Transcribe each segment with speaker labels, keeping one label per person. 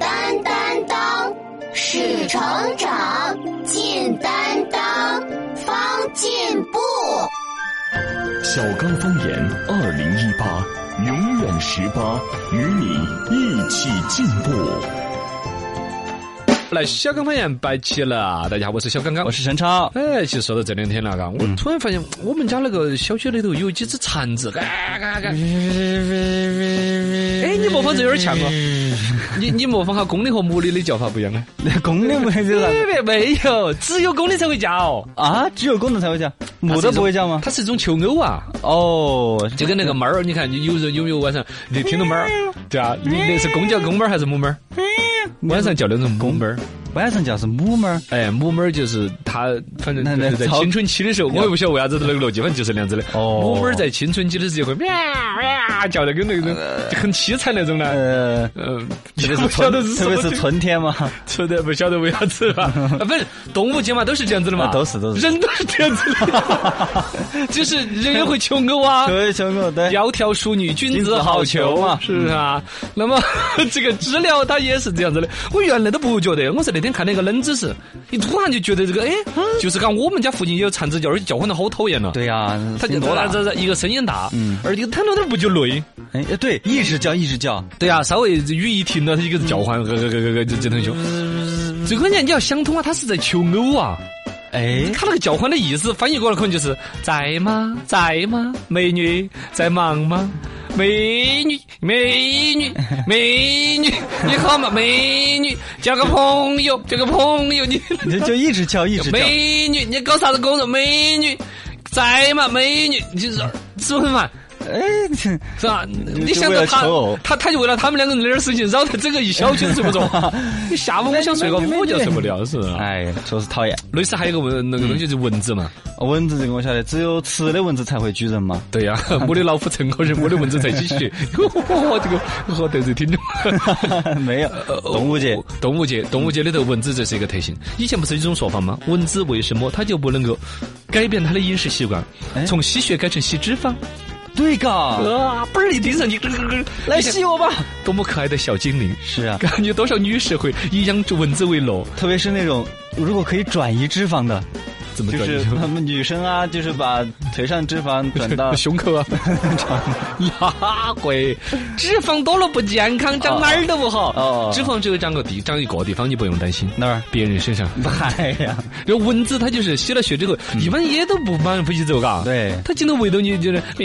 Speaker 1: 担担当，使成长，进担当，方进步。
Speaker 2: 小刚方言二零一八，永远十八，与你一起进步。
Speaker 3: 来，小刚方言摆起了，啊大家好，我是嗯小刚刚
Speaker 4: 我。是陈超。
Speaker 3: 哎，其实说到这两天了，嘎，我突然发现我们家那个小区里头有几只蝉子，嘎嘎嘎。哎，你模仿这有点像哦。你你模仿下公的和母的的叫法不一样啊？
Speaker 4: 公的没这
Speaker 3: 没
Speaker 4: 个
Speaker 3: 没没有，只有公的才会叫。
Speaker 4: 啊，只有公的才会叫，母的不会叫吗？
Speaker 3: 它是一种求偶啊，
Speaker 4: 哦，
Speaker 3: 就跟那个猫儿，你看有人有没有晚上你听到猫儿，对啊，你那是公叫公猫儿还是母猫儿？晚上叫那种公猫儿。
Speaker 4: 晚上叫是母猫儿。
Speaker 3: 哎，母猫儿就是它，反正就是在青春期的时候，我也不晓得为啥子那个逻辑，反正就是那样子的。
Speaker 4: 哦
Speaker 3: 母猫儿在青春期的时候会喵喵叫的跟那个就很凄惨那种呢。
Speaker 4: 呃，
Speaker 3: 嗯，
Speaker 4: 特 别
Speaker 3: 不
Speaker 4: 是
Speaker 3: 晓得
Speaker 4: 春，
Speaker 3: 是
Speaker 4: 特别是
Speaker 3: 纯
Speaker 4: 春天嘛，
Speaker 3: 纯的，不晓得为啥子 吧？啊，不是动物界嘛，都是这样子的嘛，
Speaker 4: 啊都是都是
Speaker 3: 人都是这样子 的，就是人也会求偶啊。
Speaker 4: 对，小狗对。
Speaker 3: 窈窕淑女，君子好逑 嘛，是不是啊？那么 这个知了它也是这样子的。我原来都不觉得，我是那天看了一个冷知识，你突然就觉得这个，哎，就是讲我们家附近也有蝉子叫，而且叫唤的好讨厌了。，
Speaker 4: 对呀，
Speaker 3: 它就
Speaker 4: 多大？
Speaker 3: 这一个声音大，而且它那点儿不就累。
Speaker 4: 哎，对，一直叫，一直叫。
Speaker 3: 对啊，稍微雨一停了，它就开始叫唤，咯呃咯咯咯咯，就真的很凶。最关键你要想通啊，它是在求偶啊。
Speaker 4: 哎，
Speaker 3: 他那个叫唤的意思翻译过来可能就是在吗？在吗？美女在忙吗？美女，美 女，美女，你好吗？美女，交个朋友，交个朋友，你
Speaker 4: 你就就一直叫，一直叫。
Speaker 3: 美女，你搞啥子工作？美女，在吗？美女，你就是是不是很烦？
Speaker 4: 哎， 这
Speaker 3: 是吧？你
Speaker 4: 就
Speaker 3: 想
Speaker 4: 为
Speaker 3: 到
Speaker 4: 了
Speaker 3: 他
Speaker 4: 求偶，
Speaker 3: 他他就为了他们两个人那点事情，扰得整个一小区都睡 不着。你下午我想睡个午觉睡不了，是不是？
Speaker 4: 哎，说是讨厌。
Speaker 3: 类似还有一个蚊那个东西就是蚊子嘛。
Speaker 4: 蚊子这个我晓得，只有吃的蚊子才会举人嘛。
Speaker 3: 对呀、我的老虎成功人，我的蚊子在积雪。哦这个好得罪听众。
Speaker 4: 没有，动物界，
Speaker 3: 动物界，动物界里头蚊子这是一个特性。以前不是有一种说法吗？蚊子为什么它就不能够改变它的饮食习惯，
Speaker 4: 哎
Speaker 3: 从吸血改成吸脂肪？
Speaker 4: 对嘎，
Speaker 3: 啊，嘣儿一盯上去，咯咯咯
Speaker 4: 来吸我吧。
Speaker 3: 多么可爱的小精灵！
Speaker 4: 是啊，
Speaker 3: 感觉多少女士会以养蚊子为乐，
Speaker 4: 特别是那种如果可以转移脂肪的，
Speaker 3: 怎么
Speaker 4: 就
Speaker 3: 转移
Speaker 4: 是他们女生啊，就是把腿上脂肪转 到
Speaker 3: 胸口啊，哪会？脂肪多了不健康，长哪儿都不好。
Speaker 4: 哦哦
Speaker 3: 脂肪只有长个地，长一个地方，你不用担心。
Speaker 4: 那儿。
Speaker 3: 别人身上，
Speaker 4: 嗨呀，
Speaker 3: 然后蚊子它就是吸了血之后，一般也都不马上飞起走，嘎。
Speaker 4: 嗯对
Speaker 3: 它进到胃头你就是，哎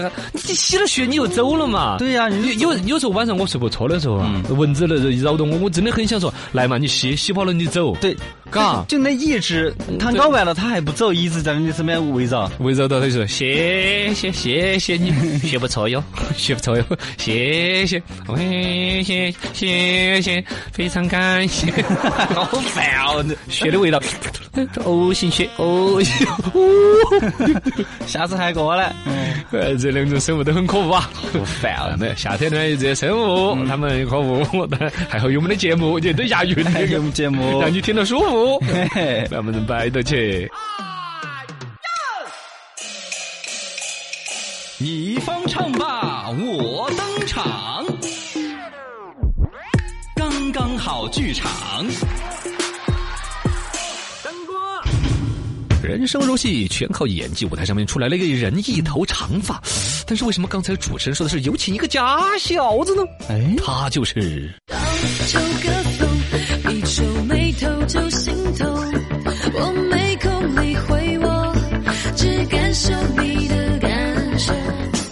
Speaker 3: 呀，你吸了血你就走了嘛。
Speaker 4: 对嗯呀你
Speaker 3: 有有有时候晚上我睡不着的时候啊，蚊子来扰动我，我真的很想说，来嘛，你吸吸饱了你走。
Speaker 4: 对，
Speaker 3: 嘎
Speaker 4: 就就那一直，他
Speaker 3: 对
Speaker 4: 搞完了，他还不走，一直在你身边围绕。
Speaker 3: 围绕到他就说谢谢谢谢你， 学不错哟，学不错哟，谢谢，喂谢谢谢，非常感 谢，好烦哦，血的味道， 呕心血，呕心，
Speaker 4: 下次还过来，
Speaker 3: 呃，这两种生物都很可恶啊，好烦 啊！没有夏天呢，有这些生物，它们很可恶，但还好有我们的节目，也都押韵，
Speaker 4: 还有我们节 目
Speaker 3: 让你听得舒服，
Speaker 4: 嘿嘿
Speaker 3: 那我们摆到起。
Speaker 4: 你方唱罢我登场，刚刚好剧场。
Speaker 3: 人生如戏，全靠演技。舞台上面出来了一个人，一头长发，但是为什么刚才主持人说的是有请一个假小子呢？
Speaker 4: 哎，
Speaker 3: 他就是
Speaker 5: 九个风，一皱眉头就心痛。我没空理会我，只感受你的感受。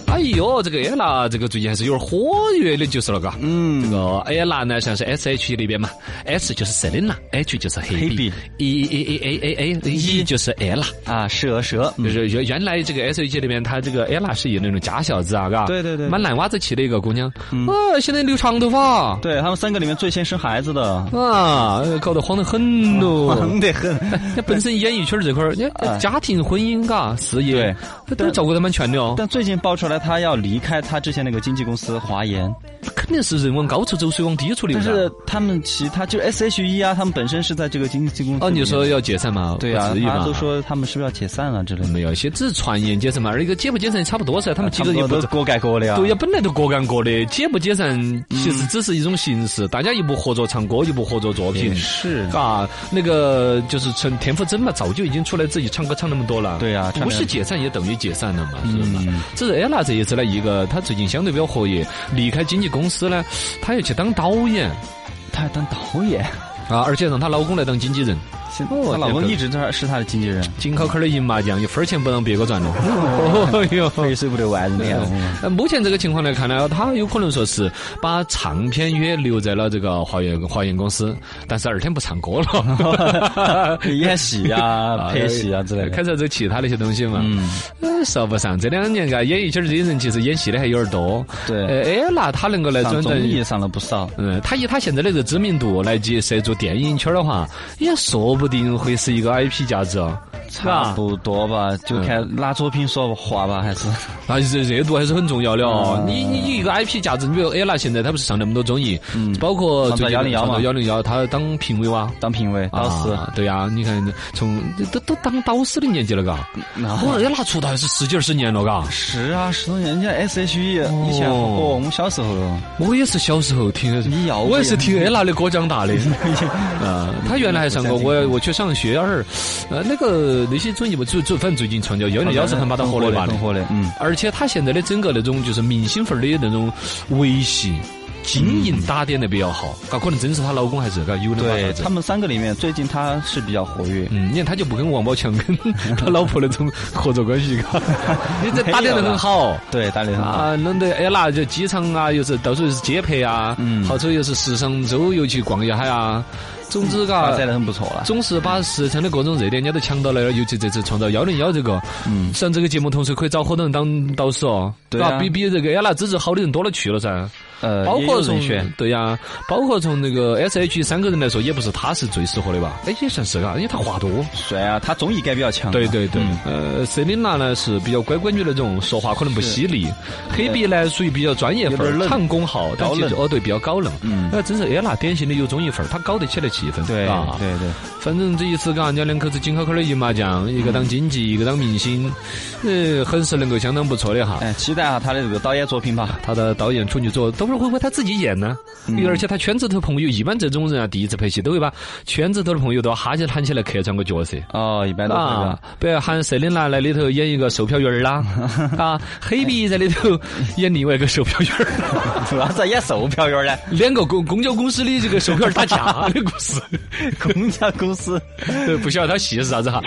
Speaker 3: 哎呦，这个 A 娜，这个最近还是有点活跃的，就是了，嘎。嗯，这个 A 娜呢，像是 S H 那边嘛，S 就是 Selina，H 就是黑
Speaker 4: 黑
Speaker 3: 笔
Speaker 4: 笔
Speaker 3: ，E E A A A A E 就是 A 娜。
Speaker 4: 啊，蛇蛇，
Speaker 3: 就
Speaker 4: 嗯
Speaker 3: 是原原来这个 S H 里面，她这个 Ella 是演那种假小子啊，嘎，
Speaker 4: 对对嗯对
Speaker 3: 蛮烂娃子气的一个姑娘，啊，现在留长头发，
Speaker 4: 对他们三个里面最先生孩子的，
Speaker 3: 啊，搞得慌得很喽，
Speaker 4: 忙得 很。
Speaker 3: 那本身演艺圈这块儿，你看
Speaker 4: 哎
Speaker 3: 家庭、婚姻，嘎，事业，
Speaker 4: 对
Speaker 3: 这都照顾得蛮全的哦。
Speaker 4: 但最近爆出来他要要离开他之前那个经纪公司华研，
Speaker 3: 肯定是人往高处走，水往低处流啊
Speaker 4: 但
Speaker 3: 噻。
Speaker 4: 是他们其他就是 S.H.E 啊，他们本身是在这个经纪公司。
Speaker 3: 哦，你说要解散嘛？
Speaker 4: 对啊
Speaker 3: 不至，于
Speaker 4: 大
Speaker 3: 吧
Speaker 4: 家都说他们是不是要解散了之类的？
Speaker 3: 没有，些只是传言解散嘛，而一个解不解散也差不多噻，他们其实也
Speaker 4: 差
Speaker 3: 不
Speaker 4: 多都啊各干各的呀。
Speaker 3: 对呀，本来都各干各的，解不解散
Speaker 4: 嗯
Speaker 3: 其实只是一种形式，大家一不合作唱歌，一不合作作品，
Speaker 4: 是
Speaker 3: 啊，那个就是陈田馥甄嘛，早就已经出来自己唱歌唱那么多了，
Speaker 4: 对呀唱
Speaker 3: 不
Speaker 4: 得嗯
Speaker 3: 是解散也等于解散了嘛，是吧？这是 ella 这也是来一个，她最近相对比较活跃，离开经纪公司呢，她又去当导演
Speaker 4: 他还当导演，
Speaker 3: 啊，而且让她老公来当经纪人，
Speaker 4: 现
Speaker 3: 哦
Speaker 4: 她老公
Speaker 3: 这个
Speaker 4: 一直在是她的经纪人，
Speaker 3: 紧口口的赢麻将，一分钱不让别个赚了，哦哟。
Speaker 4: 背水不流外人的样子。。
Speaker 3: 那嗯目前这个情况来看呢，他有可能说是把唱片约留在了这个华研华研公司，但是二天不唱歌了
Speaker 4: 演戏啊，拍戏啊之类
Speaker 3: 开始
Speaker 4: 的。
Speaker 3: 这其他的一些东西嘛，嗯，说不上。这两年啊，演艺圈这些人其实演戏的还有点多。
Speaker 4: 对
Speaker 3: 呃，哎，那他能够来
Speaker 4: 上
Speaker 3: 转
Speaker 4: 综
Speaker 3: 正
Speaker 4: 艺上了不少，
Speaker 3: 嗯，他以他现在的这个知名度来去涉足电影圈的话，也说不定会是一个 IP 价值哦，是
Speaker 4: 差
Speaker 3: 吧？
Speaker 4: 不多吧，就看哪作品说话吧，还是
Speaker 3: 啊，热热度还是很重要的哦。你你你一个 IP 价值，你比如 ella 现在她不是上那么多综艺，包括最近
Speaker 4: 创造101嘛
Speaker 3: 嗯幺零幺，她当评委哇。
Speaker 4: 当评委、导师。
Speaker 3: 啊，对呀、你看从都都当导师的年纪了，嘎，我说 ella 出道还是十几二十年了，嘎，
Speaker 4: 是啊，十多年，人家 S.H.E 以前哦，我们小时候
Speaker 3: 我也是小时候听，
Speaker 4: 你要
Speaker 3: 我也是听 ella 的歌长大 的。啊，他原来还上过
Speaker 4: 我
Speaker 3: 我我去上学儿，呃，那个那些综艺嘛，最最反正最近创造幺零幺是很把他火了吧的
Speaker 4: 很。火的，嗯，
Speaker 3: 而且他现在的整个那种就是明星范儿的那种维系、经营打点的比较好，嘎、可能真是她老公还是嘎有能把
Speaker 4: 对
Speaker 3: 啥子
Speaker 4: 他。们三个里面，最近他是比较活跃，
Speaker 3: 嗯，你看他就不跟王宝强跟他老婆那种 合作关系，嘎，你这打点的很好。
Speaker 4: 对，打得很好。
Speaker 3: 啊，弄得哎那就机场啊，又是到处又是街拍啊，
Speaker 4: 嗯
Speaker 3: 好处又是时尚周又去逛一下呀，总之嘎
Speaker 4: 发，展的很不错了，
Speaker 3: 啊总是把时尚的各种热点人家都抢到来了，尤其这次创造幺零幺这个，嗯，上这个节目同时可以找很多人当导师哦，
Speaker 4: 对啊
Speaker 3: 吧比比这个 ella 资质好的人多了去了噻，
Speaker 4: 呃，
Speaker 3: 包
Speaker 4: 也
Speaker 3: 括
Speaker 4: 有
Speaker 3: 从
Speaker 4: 人选，
Speaker 3: 对呀、包括从那个 S H E 三个人来说，也不是他是最适合的吧？哎，也算是嘎，因为他话多。
Speaker 4: 帅啊，他综艺感比较强，
Speaker 3: 对对对
Speaker 4: 嗯，
Speaker 3: 呃，Selina 呢是比较乖乖女那种，说话可能不犀利。黑 B 呢属于比较专业范
Speaker 4: 有点
Speaker 3: 儿，
Speaker 4: 冷
Speaker 3: 唱功好，但其
Speaker 4: 高
Speaker 3: 实
Speaker 4: 冷
Speaker 3: 哦对比较高冷。嗯，那真是 ella 典型的有综艺范儿，她搞得起来气氛，
Speaker 4: 对
Speaker 3: 啊，
Speaker 4: 对对，
Speaker 3: 反正这一次，嘎，人家两口子紧口口的赢麻将，一个当经济，一个当明星，呃，很是能够相当不错的哈。
Speaker 4: 哎，期待下他的这个导演作品吧。
Speaker 3: 他的导演处女作，等会儿会不会他自己演呢？而且他圈子头朋友，一般这种人啊，第一次拍戏都会把圈子头的朋友都要哈起喊起来客串个角色。
Speaker 4: 哦，一般都是
Speaker 3: 啊
Speaker 4: 吧，
Speaker 3: 比如喊瑟琳娜来里头演一个售票员儿啦，啊，黑笔在里头演另外一个售票员 儿，
Speaker 4: 主要是演售票 员呢，
Speaker 3: 两个公公交公司的这个售票员儿打架的故事，
Speaker 4: 公交公司。
Speaker 3: 呃不晓得他戏是啥子哈。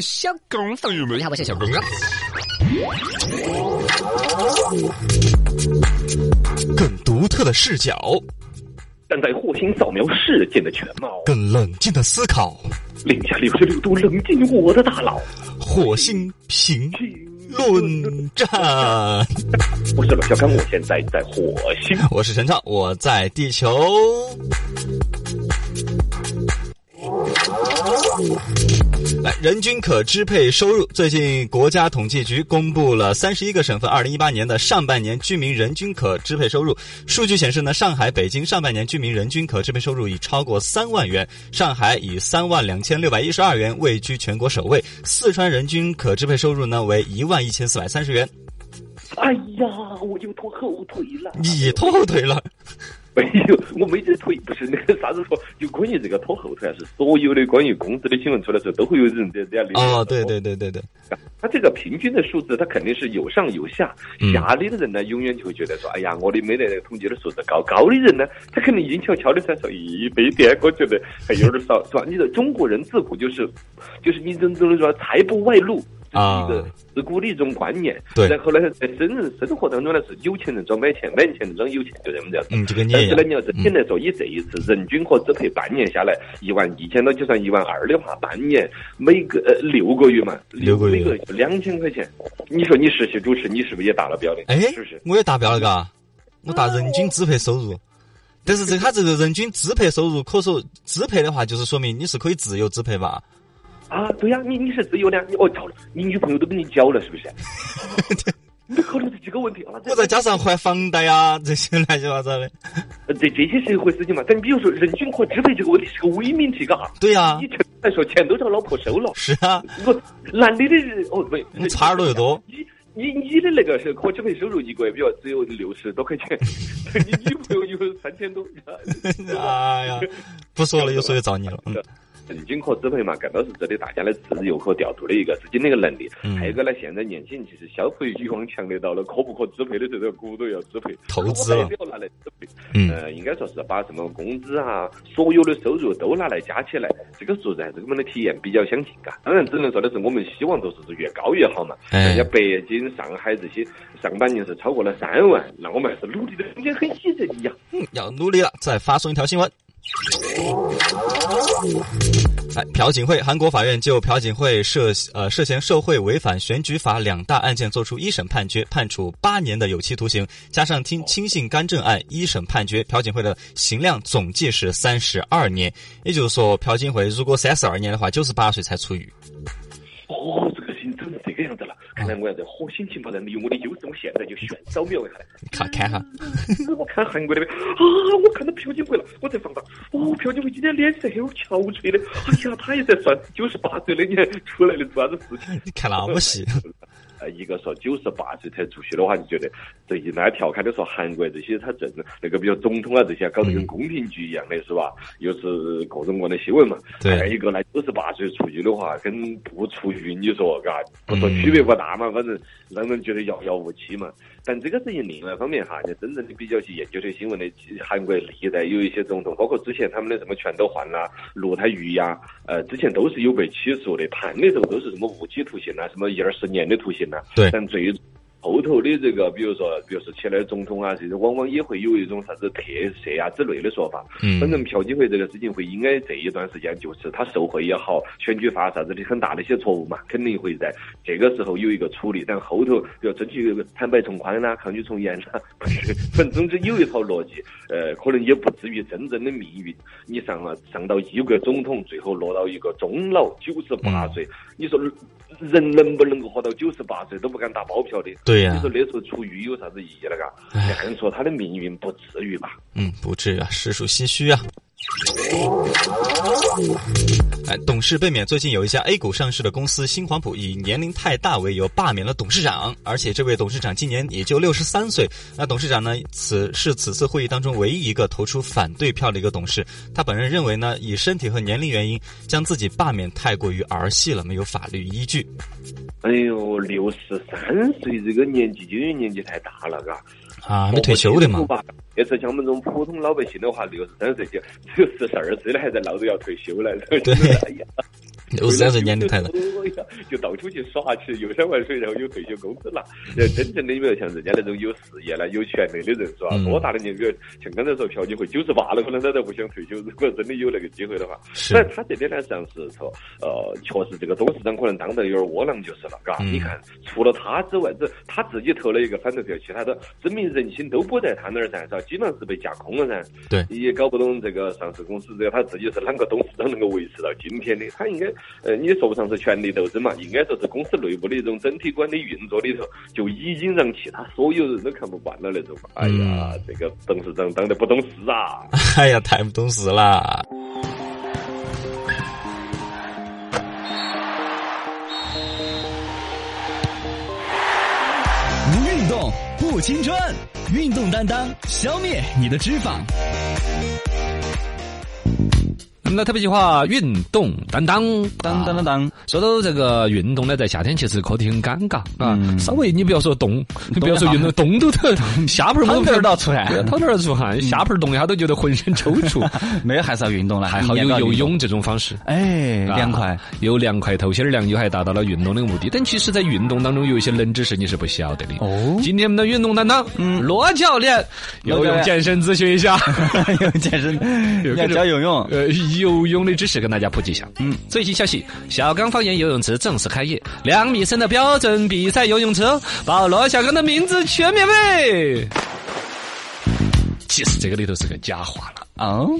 Speaker 6: 小工放入门，你好，我是小工啊。
Speaker 7: 更独特的视角，
Speaker 8: 站在火星扫描事件的全貌，
Speaker 7: 更冷静的思考。
Speaker 8: 零下六十六度冷进我的大脑。
Speaker 7: 火星评论站，
Speaker 8: 我是老小刚，我现在在火星。
Speaker 7: 我是陈畅，我在地球。来，人均可支配收入，最近国家统计局公布了三十一个省份二零一八年的上半年居民人均可支配收入。数据显示呢，上海、北京上半年居民人均可支配收入已超过三万元，上海以三万两千六百一十二元位居全国首位，四川人均可支配收入呢为一万一千四百三十元，
Speaker 8: 哎呀，我又拖后腿了。
Speaker 7: 你拖后腿了。
Speaker 8: 没有，我没这腿，不是那个啥子说，就关于这个拖后腿，啊还是所有的关于工资的新闻出来的时候，都会有人在这样留言
Speaker 7: 哦，对。对对对对，
Speaker 8: 他这个平均的数字，它肯定是有上有下，
Speaker 7: 嗯
Speaker 8: 下里的人呢，永远就会觉得说，哎呀，我的没得那个统计的数字高，高的人呢，他肯定阴悄悄的在说，咦，没哎点，我觉得还有点少，是吧？你的中国人自古就是，就是你这种说财不外露。这是
Speaker 7: 啊
Speaker 8: 一个自古的一种观念，
Speaker 7: 对
Speaker 8: 然后呢，在真人生活当中呢，是有钱人装没钱，没钱人装有钱，就这么着。
Speaker 7: 嗯，这个你
Speaker 8: 但
Speaker 7: 也要
Speaker 8: 是呢，你要真天来说，以这一次人均可支配半年下来一万一千多，就算一万二的话，半年每个呃六个月嘛，
Speaker 7: 六个月
Speaker 8: 每个月两千块钱，你说你实习主持，你是不是也达了标的？
Speaker 7: 哎
Speaker 8: 是不是，？哦
Speaker 7: 我也达标了嘎，我达人均支配收入。但是这他这个人均支配收入，可说支配的话，就是说明你是可以自由支配吧？
Speaker 8: 啊，对呀、你你是自由的啊，你哦，操了，你女朋友都跟你交了，是不是？就考虑这几个问题啊。
Speaker 7: 我再加上还房贷啊这些乱七八糟的。
Speaker 8: 呃对这些是一回事情嘛，但你比如说人均可支配这个问题是个伪命题，嘎。
Speaker 7: 对呀、
Speaker 8: 以前来说，钱都找老婆收了。
Speaker 7: 是啊，
Speaker 8: 我男的的人哦，不，
Speaker 7: 你差耳朵又多。
Speaker 8: 你你你的那个是可支配收入一个月，比如只有六十多块钱， 你女朋友有三千多，
Speaker 7: 哎呀，不说了，又说又找你了。嗯，
Speaker 8: 人均可支配嘛，更多是这里大家的自由和调度的一个资金的一个能力。
Speaker 7: 嗯
Speaker 8: 还有一个呢，现在年轻人其实消费欲望强烈到了，可不可支配的这种股都要支配，
Speaker 7: 投资了
Speaker 8: 我还是要拿来支配。
Speaker 7: 嗯，
Speaker 8: 呃，应该说是把什么工资啊，所有的收入都拿来加起来，这个数字还是跟我们的体验比较相近嘎。当然，只能说的是我们希望都是越高越好嘛。人
Speaker 7: 哎
Speaker 8: 家，北京、上海这些上半年是超过了三万，那我们还是努力的空间很细的一样。
Speaker 7: 嗯要努力了，再发送一条新闻。哎，朴槿惠，韩国法院就朴槿惠涉呃涉嫌受贿违反选举法两大案件作出一审判决，判处八年的有期徒刑，加上听轻信干政案一审判决，朴槿惠的刑量总计是三十二年。也就是说，朴槿惠如果三十二年的话，九十八岁才出狱。
Speaker 8: 哦，这个心真是这个样子了。看来我要在火星情报站利用我的优势，我现在就炫扫描一下来。
Speaker 7: 你看看哈，
Speaker 8: 我看韩国那边啊，我看到朴槿惠了，我在放大。哦，朴槿惠今天脸色很有憔悴的。哎呀，她也在算九十八岁那年出来的做啥子事 情。
Speaker 7: 你看那么细，
Speaker 8: 呃，一个说九十八岁才出去的话，就觉得这一般调侃的说韩国这些他政那个比如总统啊这些搞得跟宫廷剧一样的是吧？又是各种各样的新闻嘛。哎
Speaker 7: 对
Speaker 8: 还有一个呢，九十八岁出狱的话，跟不出狱，你说嘎，不说区别不大嘛，反正让人觉得遥遥无期嘛。但这个事情另外一方面哈，就真正的比较去研究这新闻的，其实韩国历代有一些总统，包括之前他们的什么全斗焕啦、罗泰愚呀、呃，之前都是有被起诉的，判的时候都是什么无期徒刑啦、什么一二十年的徒刑啦、
Speaker 7: 对
Speaker 8: 但最后头的这个，比如说，比如说起来总统啊，这些往往也会有一种啥子特赦啊之类的说法。
Speaker 7: 嗯
Speaker 8: 反正朴槿惠这个事情会应该这一段时间就是他受贿也好，选举法啥子的很大的一些错误嘛，肯定会在这个时候有一个处理。但后头比如争取坦白从宽啦、抗拒从严啦，不是，反正总之有一套逻辑，呃，可能也不至于真正的命运。你上了上到一个总统，最后落到一个终老九十八岁，你说人能不能够活到九十八岁都不敢打包票的。
Speaker 7: 对啊呀、
Speaker 8: 你说那时候出狱有啥子意义了？嘎，按说他的命运不至于吧？
Speaker 7: 嗯，不至于啊，实属唏嘘啊。哎，董事被免，最近有一家 A 股上市的公司新黄埔以年龄太大为由罢免了董事长，而且这位董事长今年也就六十三岁。那董事长呢，此是此次会议当中唯一一个投出反对票的一个董事。他本人认为呢，以身体和年龄原因将自己罢免太过于儿戏了，没有法律依据。
Speaker 8: 哎呦，六十三岁这个年纪，就有点年纪太大了，嘎。
Speaker 7: 啊，没退休的嘛
Speaker 8: 我，吧？要是像我们这种普通老百姓的话，六十三岁就只有四十二岁的还在闹着要退休了。
Speaker 7: 对
Speaker 8: 哎呀，
Speaker 7: 六十三岁年龄太大。
Speaker 8: 就到处去耍去，游山玩水，然后有退休工资拿。然后真正的有没有像人家那种有事业了、有权利的人是吧？
Speaker 7: 嗯
Speaker 8: 多大的年纪？像刚才说朴槿惠九十八了，可能他都不想退休。如果真的有那个机会的话，
Speaker 7: 是
Speaker 8: 但他这边呢，实际上是说，呃，确实这个董事长可能当得有点窝囊就是了，嘎。
Speaker 7: 嗯
Speaker 8: 你看，除了他之外，这他自己投了一个反对票，其他的证明人心都不在他那儿噻，是吧？基本上是被架空了噻。
Speaker 7: 对
Speaker 8: 也搞不懂这个上市公司这个他自己是啷个董事长能够维持到今天的？他应该，呃，你说不上是权力斗争嘛，应该说是公司内部的一种整体管理运作里头，就已经让其他所有人都看不惯了那种嘛。哎呀，这个董事长当得不懂事啊！
Speaker 7: 哎呀，太不懂事啦！
Speaker 4: 无运动不青春，运动担当消灭你的脂肪。
Speaker 3: 我们的特别计划运动担当
Speaker 4: 当当当当，
Speaker 3: 说到这个运动呢，在夏天其实课题很尴尬啊，
Speaker 4: 嗯
Speaker 3: 稍微你不要说冻，你不要说运动，冻都头，下盘儿
Speaker 4: 汤
Speaker 3: 我
Speaker 4: 头儿到出汗
Speaker 3: 对汤头儿出汗，下盘儿冻一下都觉得浑身抽搐，
Speaker 4: 没有还是要运动了，
Speaker 3: 还好有
Speaker 4: 一年到
Speaker 3: 游
Speaker 4: 运动，
Speaker 3: 泳这种方式。
Speaker 4: 哎，
Speaker 3: 啊
Speaker 4: 凉 快。，
Speaker 3: 又凉快，头些儿凉又还达到了运动的目的。但其实，在运动当中有一些冷知识你是不晓得的。
Speaker 4: 哦
Speaker 3: 今天我们的运动担当，嗯，罗教练，游
Speaker 4: 罗
Speaker 3: 泳
Speaker 4: 教练
Speaker 3: 健身咨询一下。
Speaker 4: 有健身，要教游泳，
Speaker 3: 呃，游泳的知识跟大家普及一下。嗯，最新消息，小刚方言游泳池正式开业，两米深的标准比赛游泳池，保罗小刚的名字全免费。其实这个里头是个假话了，
Speaker 4: 哦，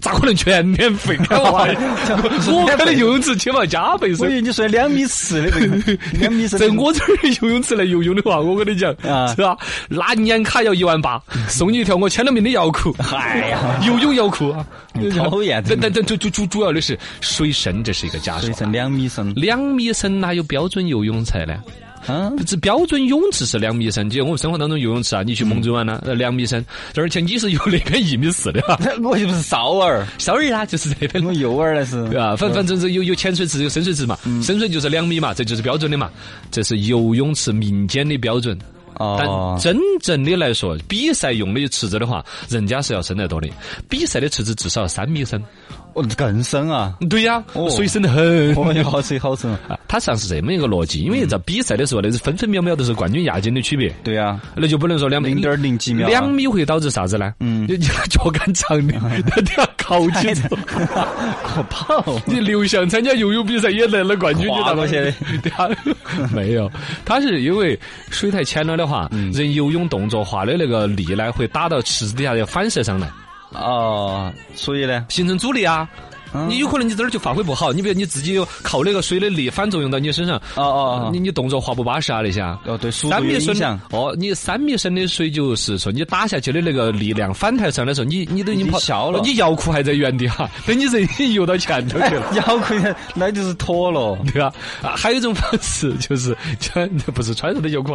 Speaker 3: 咋可能全免 费？开玩笑，我开的游泳池起码加倍收
Speaker 4: 我以。为你说两米四的 那个，两米四的
Speaker 3: 在我这儿游泳池来游泳的话，我跟你讲，
Speaker 4: 啊
Speaker 3: 是吧？拉年卡要一万 八，送你一条我签了名的泳裤，
Speaker 4: 哎呀，
Speaker 3: 游泳泳裤啊！
Speaker 4: 讨厌
Speaker 3: 但但但最最主主要的是水深，这是一个枷
Speaker 4: 水
Speaker 3: 锁
Speaker 4: 深。两米深，
Speaker 3: 两米深哪有标准游泳池呢？
Speaker 4: 啊，
Speaker 3: 这标准泳池是两米深，就我们生活当中游泳池啊，你去蒙州湾呢，呃两米深，而且你是游那边一米四的、 啊，
Speaker 4: 我又不是少 儿，
Speaker 3: 稍微啊就是这边
Speaker 4: 我幼儿那是
Speaker 3: 对，吧？啊反反正是有有浅水池，有深水池嘛，
Speaker 4: 嗯
Speaker 3: 深水就是两米嘛，这就是标准的嘛，这是游泳池民间的标准。但
Speaker 4: 哦，
Speaker 3: 真正的来说，比赛用的池子的话，人家是要深得多的。比赛的池子至少要三米深。
Speaker 4: 哦更深 啊，
Speaker 3: 对呀、
Speaker 4: 哦
Speaker 3: 水深得很。
Speaker 4: 我们嗯就好水好深，
Speaker 3: 啊它实际上是这么一个逻辑，因为在比赛的时候，那是分分秒秒都是冠军亚军的区别。
Speaker 4: 对啊呀，
Speaker 3: 那就不能说两米
Speaker 4: 0.0几秒啊
Speaker 3: 两米会导致啥子呢？嗯，你脚杆长的，
Speaker 4: 嗯
Speaker 3: 他都要靠起走。
Speaker 4: 可跑，
Speaker 3: 你刘翔参加游泳比赛也得了冠军，你知道
Speaker 4: 跨
Speaker 3: 吗
Speaker 4: 过去的
Speaker 3: 对啊， 没有，他是因为水太浅了的话，
Speaker 4: 嗯
Speaker 3: 人游泳动作化的那个力呢，会打到池子底下要反射上来，
Speaker 4: 哦，所以 呢，
Speaker 3: 形成阻力啊。
Speaker 4: 嗯
Speaker 3: 你有可能你这儿就发挥不好，你比如你自己有靠那个水的力反作用到你身上，
Speaker 4: 哦哦
Speaker 3: 你
Speaker 4: 哦
Speaker 3: 你动作滑不巴适啊那些啊。
Speaker 4: 哦，对，速度
Speaker 3: 三
Speaker 4: 有
Speaker 3: 米深
Speaker 4: 影响，
Speaker 3: 哦，你三米深的水就是说，你打下去的那个力量反弹上来的时候，你你都已
Speaker 4: 已
Speaker 3: 经
Speaker 4: 经
Speaker 3: 跑哦
Speaker 4: 消了哎
Speaker 3: 你摇裤还在原地哈， 等你人已经游到前头去了。
Speaker 4: 腰可以，那就是脱了，
Speaker 3: 对吧？啊，还有一种方式就是 穿，不是穿上的游泳 裤，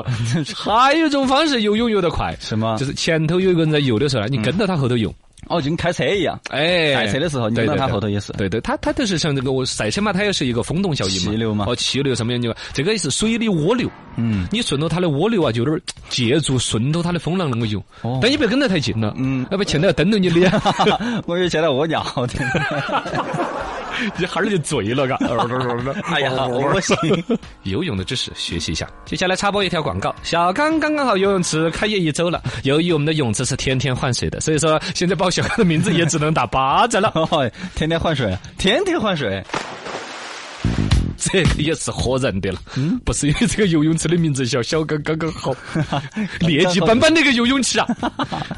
Speaker 3: 啊还有一种方式游泳游得快，
Speaker 4: 什么嗯
Speaker 3: 就是前头有一个人在游的时候呢，啊你跟到他后头游。
Speaker 4: 哦，就跟开车一样，
Speaker 3: 哎，
Speaker 4: 赛车的时候你
Speaker 3: 对
Speaker 4: 跟到
Speaker 3: 对
Speaker 4: 他
Speaker 3: 对
Speaker 4: 后头也是
Speaker 3: 对对，他他就是像这个我赛车嘛，它也是一个风洞效应嘛，
Speaker 4: 气流嘛
Speaker 3: 哦，气流上面就这个是水里涡流，
Speaker 4: 嗯，
Speaker 3: 你顺着它的涡流啊，就有点儿借助顺着它的风浪那个游，
Speaker 4: 哦
Speaker 3: 但你不要跟得太近了，
Speaker 4: 嗯
Speaker 3: 要不前头要蹬到你脸，
Speaker 4: 我又见到我尿的，
Speaker 3: 一哈儿就醉了，嘎。
Speaker 4: 哎呀， 好恶心，
Speaker 3: 游泳的知识学习一下。接下来插播一条广告：小刚刚刚好游泳池开业一周了，由于我们的泳池是天天换水的，所以说现在报小刚的名字也只能打八折了。
Speaker 4: 哦天天换水，天天换水，
Speaker 3: 这个也是唬人的了，不是因为这个游泳池的名字叫小刚刚刚好， 劣迹斑斑的一个游泳池啊，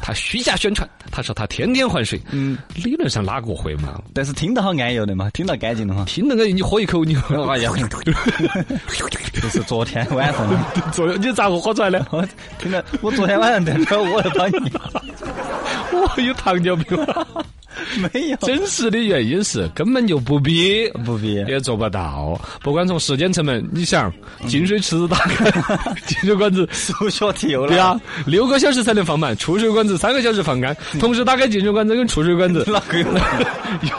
Speaker 3: 他虚假宣传，他说他天天换水，
Speaker 4: 嗯
Speaker 3: 理论上哪个会嘛？
Speaker 4: 但是听到好安逸的嘛，听到干净的嘛，
Speaker 3: 听那个你喝一口你，
Speaker 4: 哎呀， 就是昨天晚上的。
Speaker 3: 作用你咋个喝出 来的？
Speaker 4: 我听到，我昨天晚上在这儿，我要帮你，
Speaker 3: 我有哦糖尿 病。
Speaker 4: 没有，
Speaker 3: 真实的原因是根本就不逼，
Speaker 4: 不必。
Speaker 3: 也做不到。不管从时间成本，你想进水池子打 开，进水管子。
Speaker 4: 数学题又来
Speaker 3: 对
Speaker 4: 了，嗯
Speaker 3: 啊，六个小时才能放满，出水管子三个小时放干，同时打开进水管子跟出水管 子，
Speaker 4: 哪个有来？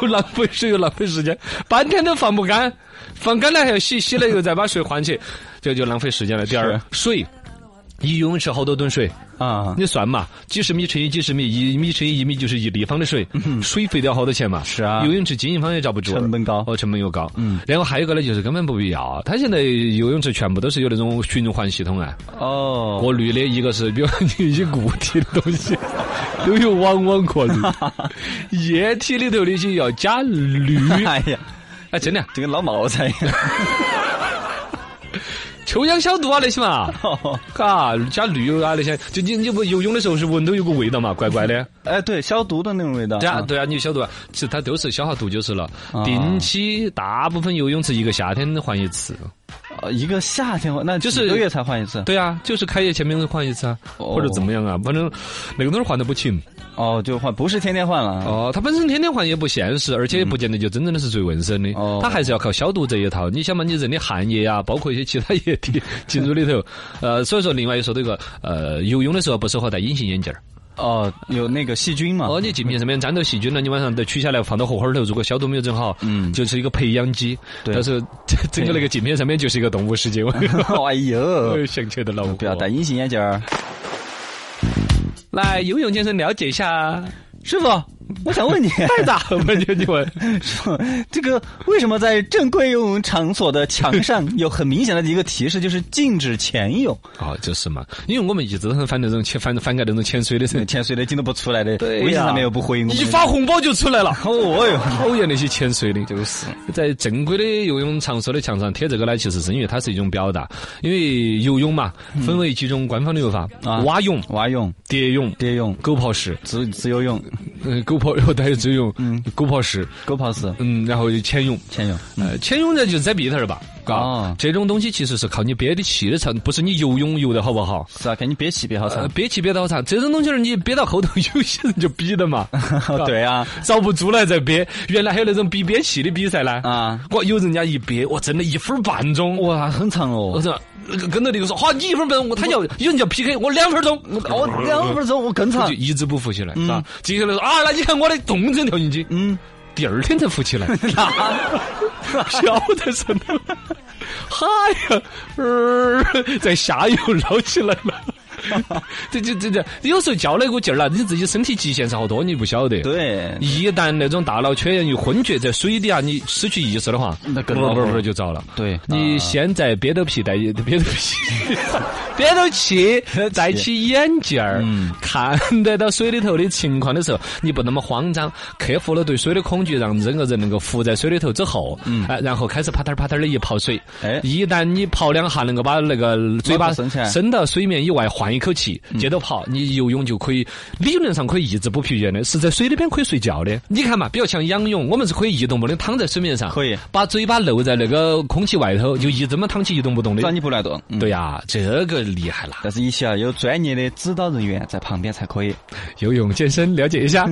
Speaker 3: 又浪费水又浪费时间，半天都放不干，放干了还要洗，洗了又再把水换起，这就浪费时间了。第二
Speaker 4: 是，
Speaker 3: 水，一游泳池好多吨水，
Speaker 4: 啊，
Speaker 3: 你算嘛，几十米乘以几十米，一米乘以一米就是一立方的水，水费掉好多钱嘛？
Speaker 4: 嗯是啊
Speaker 3: 游泳池经营方也遭不住，
Speaker 4: 成本高
Speaker 3: 哦，成本又高。嗯，然后还有一个呢，就是根本不必要。它现在游泳池全部都是有那种循环系统啊，
Speaker 4: 哦，
Speaker 3: 过滤的，一个是比如你一些固体的东西都有网网过滤， 液体里头那些要加氯。
Speaker 4: 哎呀，
Speaker 3: 哎，真的，
Speaker 4: 这个老毛才，
Speaker 3: 臭氧消毒啊那些嘛，
Speaker 4: 哦
Speaker 3: 嘎，加氯啊那些，就你你不游泳的时候是闻到有个味道嘛，怪怪的。
Speaker 4: 哎，对，消毒的那种味道。
Speaker 3: 对啊，
Speaker 4: 嗯，
Speaker 3: 对啊，你晓得吧？其实它都是消耗毒就是了
Speaker 4: 啊。
Speaker 3: 定期大部分游泳池一个夏天换一次。
Speaker 4: 呃一个夏天换，那
Speaker 3: 就是
Speaker 4: 一个月才换一次。
Speaker 3: 对啊，就是开业前面换一次啊，
Speaker 4: 哦
Speaker 3: 或者怎么样啊，反正那个东西换的不勤。
Speaker 4: 哦，就换，不是天天换了。啊
Speaker 3: 哦，它本身天天换也不现实，而且也不见得就真正的是最卫生的
Speaker 4: 哦。
Speaker 3: 它还是要靠消毒这一套。你想嘛，你人的汗液啊，包括一些其他液体进入里 头，呃，所以说另外又说这个呃，游泳的时候不适合戴隐形眼镜儿。
Speaker 4: 哦，有那个细菌嘛？
Speaker 3: 哦，你镜片上面沾到细菌了，你晚上再取下来放到火锅头，如果消毒没有整好，嗯，就是一个培养基。
Speaker 4: 对
Speaker 3: 但是 整个那个镜片上面就是一个动物 世界。我
Speaker 4: 哎呦，
Speaker 3: 想起的老
Speaker 4: 不要戴隐形眼镜儿。
Speaker 3: 来游泳健身了解一下。
Speaker 4: 师傅，我想 问你，
Speaker 3: 太大了吧？就你们，
Speaker 4: 这个为什么在正规游泳场所的墙 上有很明显的一个提示，就是禁止潜泳？
Speaker 3: 哦，就是嘛，因为我们一直都很反对这种潜翻翻盖那种潜水的人，
Speaker 4: 潜水的进都不出来的，
Speaker 3: 对呀
Speaker 4: 微信上面又不回应我们
Speaker 3: 一发红包就出来了。
Speaker 4: 哦哟，
Speaker 3: 讨厌那些潜水的，
Speaker 4: 就是
Speaker 3: 在正规的游泳场所的墙上贴这个呢，其实是因为它是一种表达。因为游泳嘛，分为几种官方的游法：
Speaker 4: 嗯啊
Speaker 3: 蛙泳、
Speaker 4: 蛙泳、
Speaker 3: 蝶泳、
Speaker 4: 蝶泳、
Speaker 3: 狗刨式。
Speaker 4: 自自由泳、
Speaker 3: 嗯，狗 刨，然后还有这种
Speaker 4: 嗯
Speaker 3: 狗刨式，
Speaker 4: 狗刨式、
Speaker 3: 嗯，然后就潜泳。
Speaker 4: 潜泳。
Speaker 3: 呃，潜泳呢就是在鼻头儿吧，嘎、
Speaker 4: 哦
Speaker 3: 这种东西其实是靠你憋的气的长，不是你游泳游的好不好。
Speaker 4: 是啊，看你憋气憋好
Speaker 3: 呃
Speaker 4: 长，。，
Speaker 3: 憋气憋到好长，这种东西儿你憋到后头， 有些人就憋的嘛
Speaker 4: 对啊，
Speaker 3: 遭不住了再憋。原来还有那种比憋气的比赛呢，
Speaker 4: 啊，
Speaker 3: 哇，有人家一憋，哇，真的一分儿半钟，哇，
Speaker 4: 哇，很长
Speaker 3: 我
Speaker 4: 哦。
Speaker 3: 说那个跟着那个说，好，你一分儿半钟，我他要有人叫 PK，我两分儿钟，
Speaker 4: 我哦两分钟我啊嗯更
Speaker 3: 呃我
Speaker 4: 长
Speaker 3: 就，一直不浮起来，是吧？接下来说啊，那你看我的动身跳进去，嗯，第二天才浮 起来，
Speaker 4: 啊
Speaker 3: 晓得什么？嗨呀，呃，在下游捞起来 了。这这这这，有时候较那股劲儿了，你自己身体极限是好多，你不晓得。。
Speaker 4: 对，
Speaker 3: 一旦那种大脑缺氧与昏厥，在水底下你失去意识的话，
Speaker 4: 那更
Speaker 3: 不
Speaker 4: 恼火
Speaker 3: 不不就糟了。
Speaker 4: 对啊
Speaker 3: 你现在憋着皮戴 憋着皮憋着气，戴起眼镜儿，
Speaker 4: 嗯
Speaker 3: 看得到水里头的情况的时候，你不那么慌张，克服了对水的恐惧，让整个人能够浮在水里头之后，啊，然后开始啪嗒啪嗒的一泡水
Speaker 4: 嗯哎，
Speaker 3: 一旦你泡两下，能够把那个嘴
Speaker 4: 脑
Speaker 3: 巴
Speaker 4: 子升起来
Speaker 3: 伸到水面以外，换一口气，接着跑，你游泳就可以，理论上可以一直不疲倦的，是在水里边可以睡觉的。你看嘛，比如像仰泳，我们是可以一动不动的躺在水面上，
Speaker 4: 可以
Speaker 3: 把嘴巴露在那个空气外头，就一这么躺起一动不动
Speaker 4: 只要
Speaker 3: 的。
Speaker 4: 你不乱动。嗯
Speaker 3: 对呀、这个厉 害了！
Speaker 4: 啊但是你需要有专业的指导人员在旁边才可以。
Speaker 3: 游泳健身了解一下。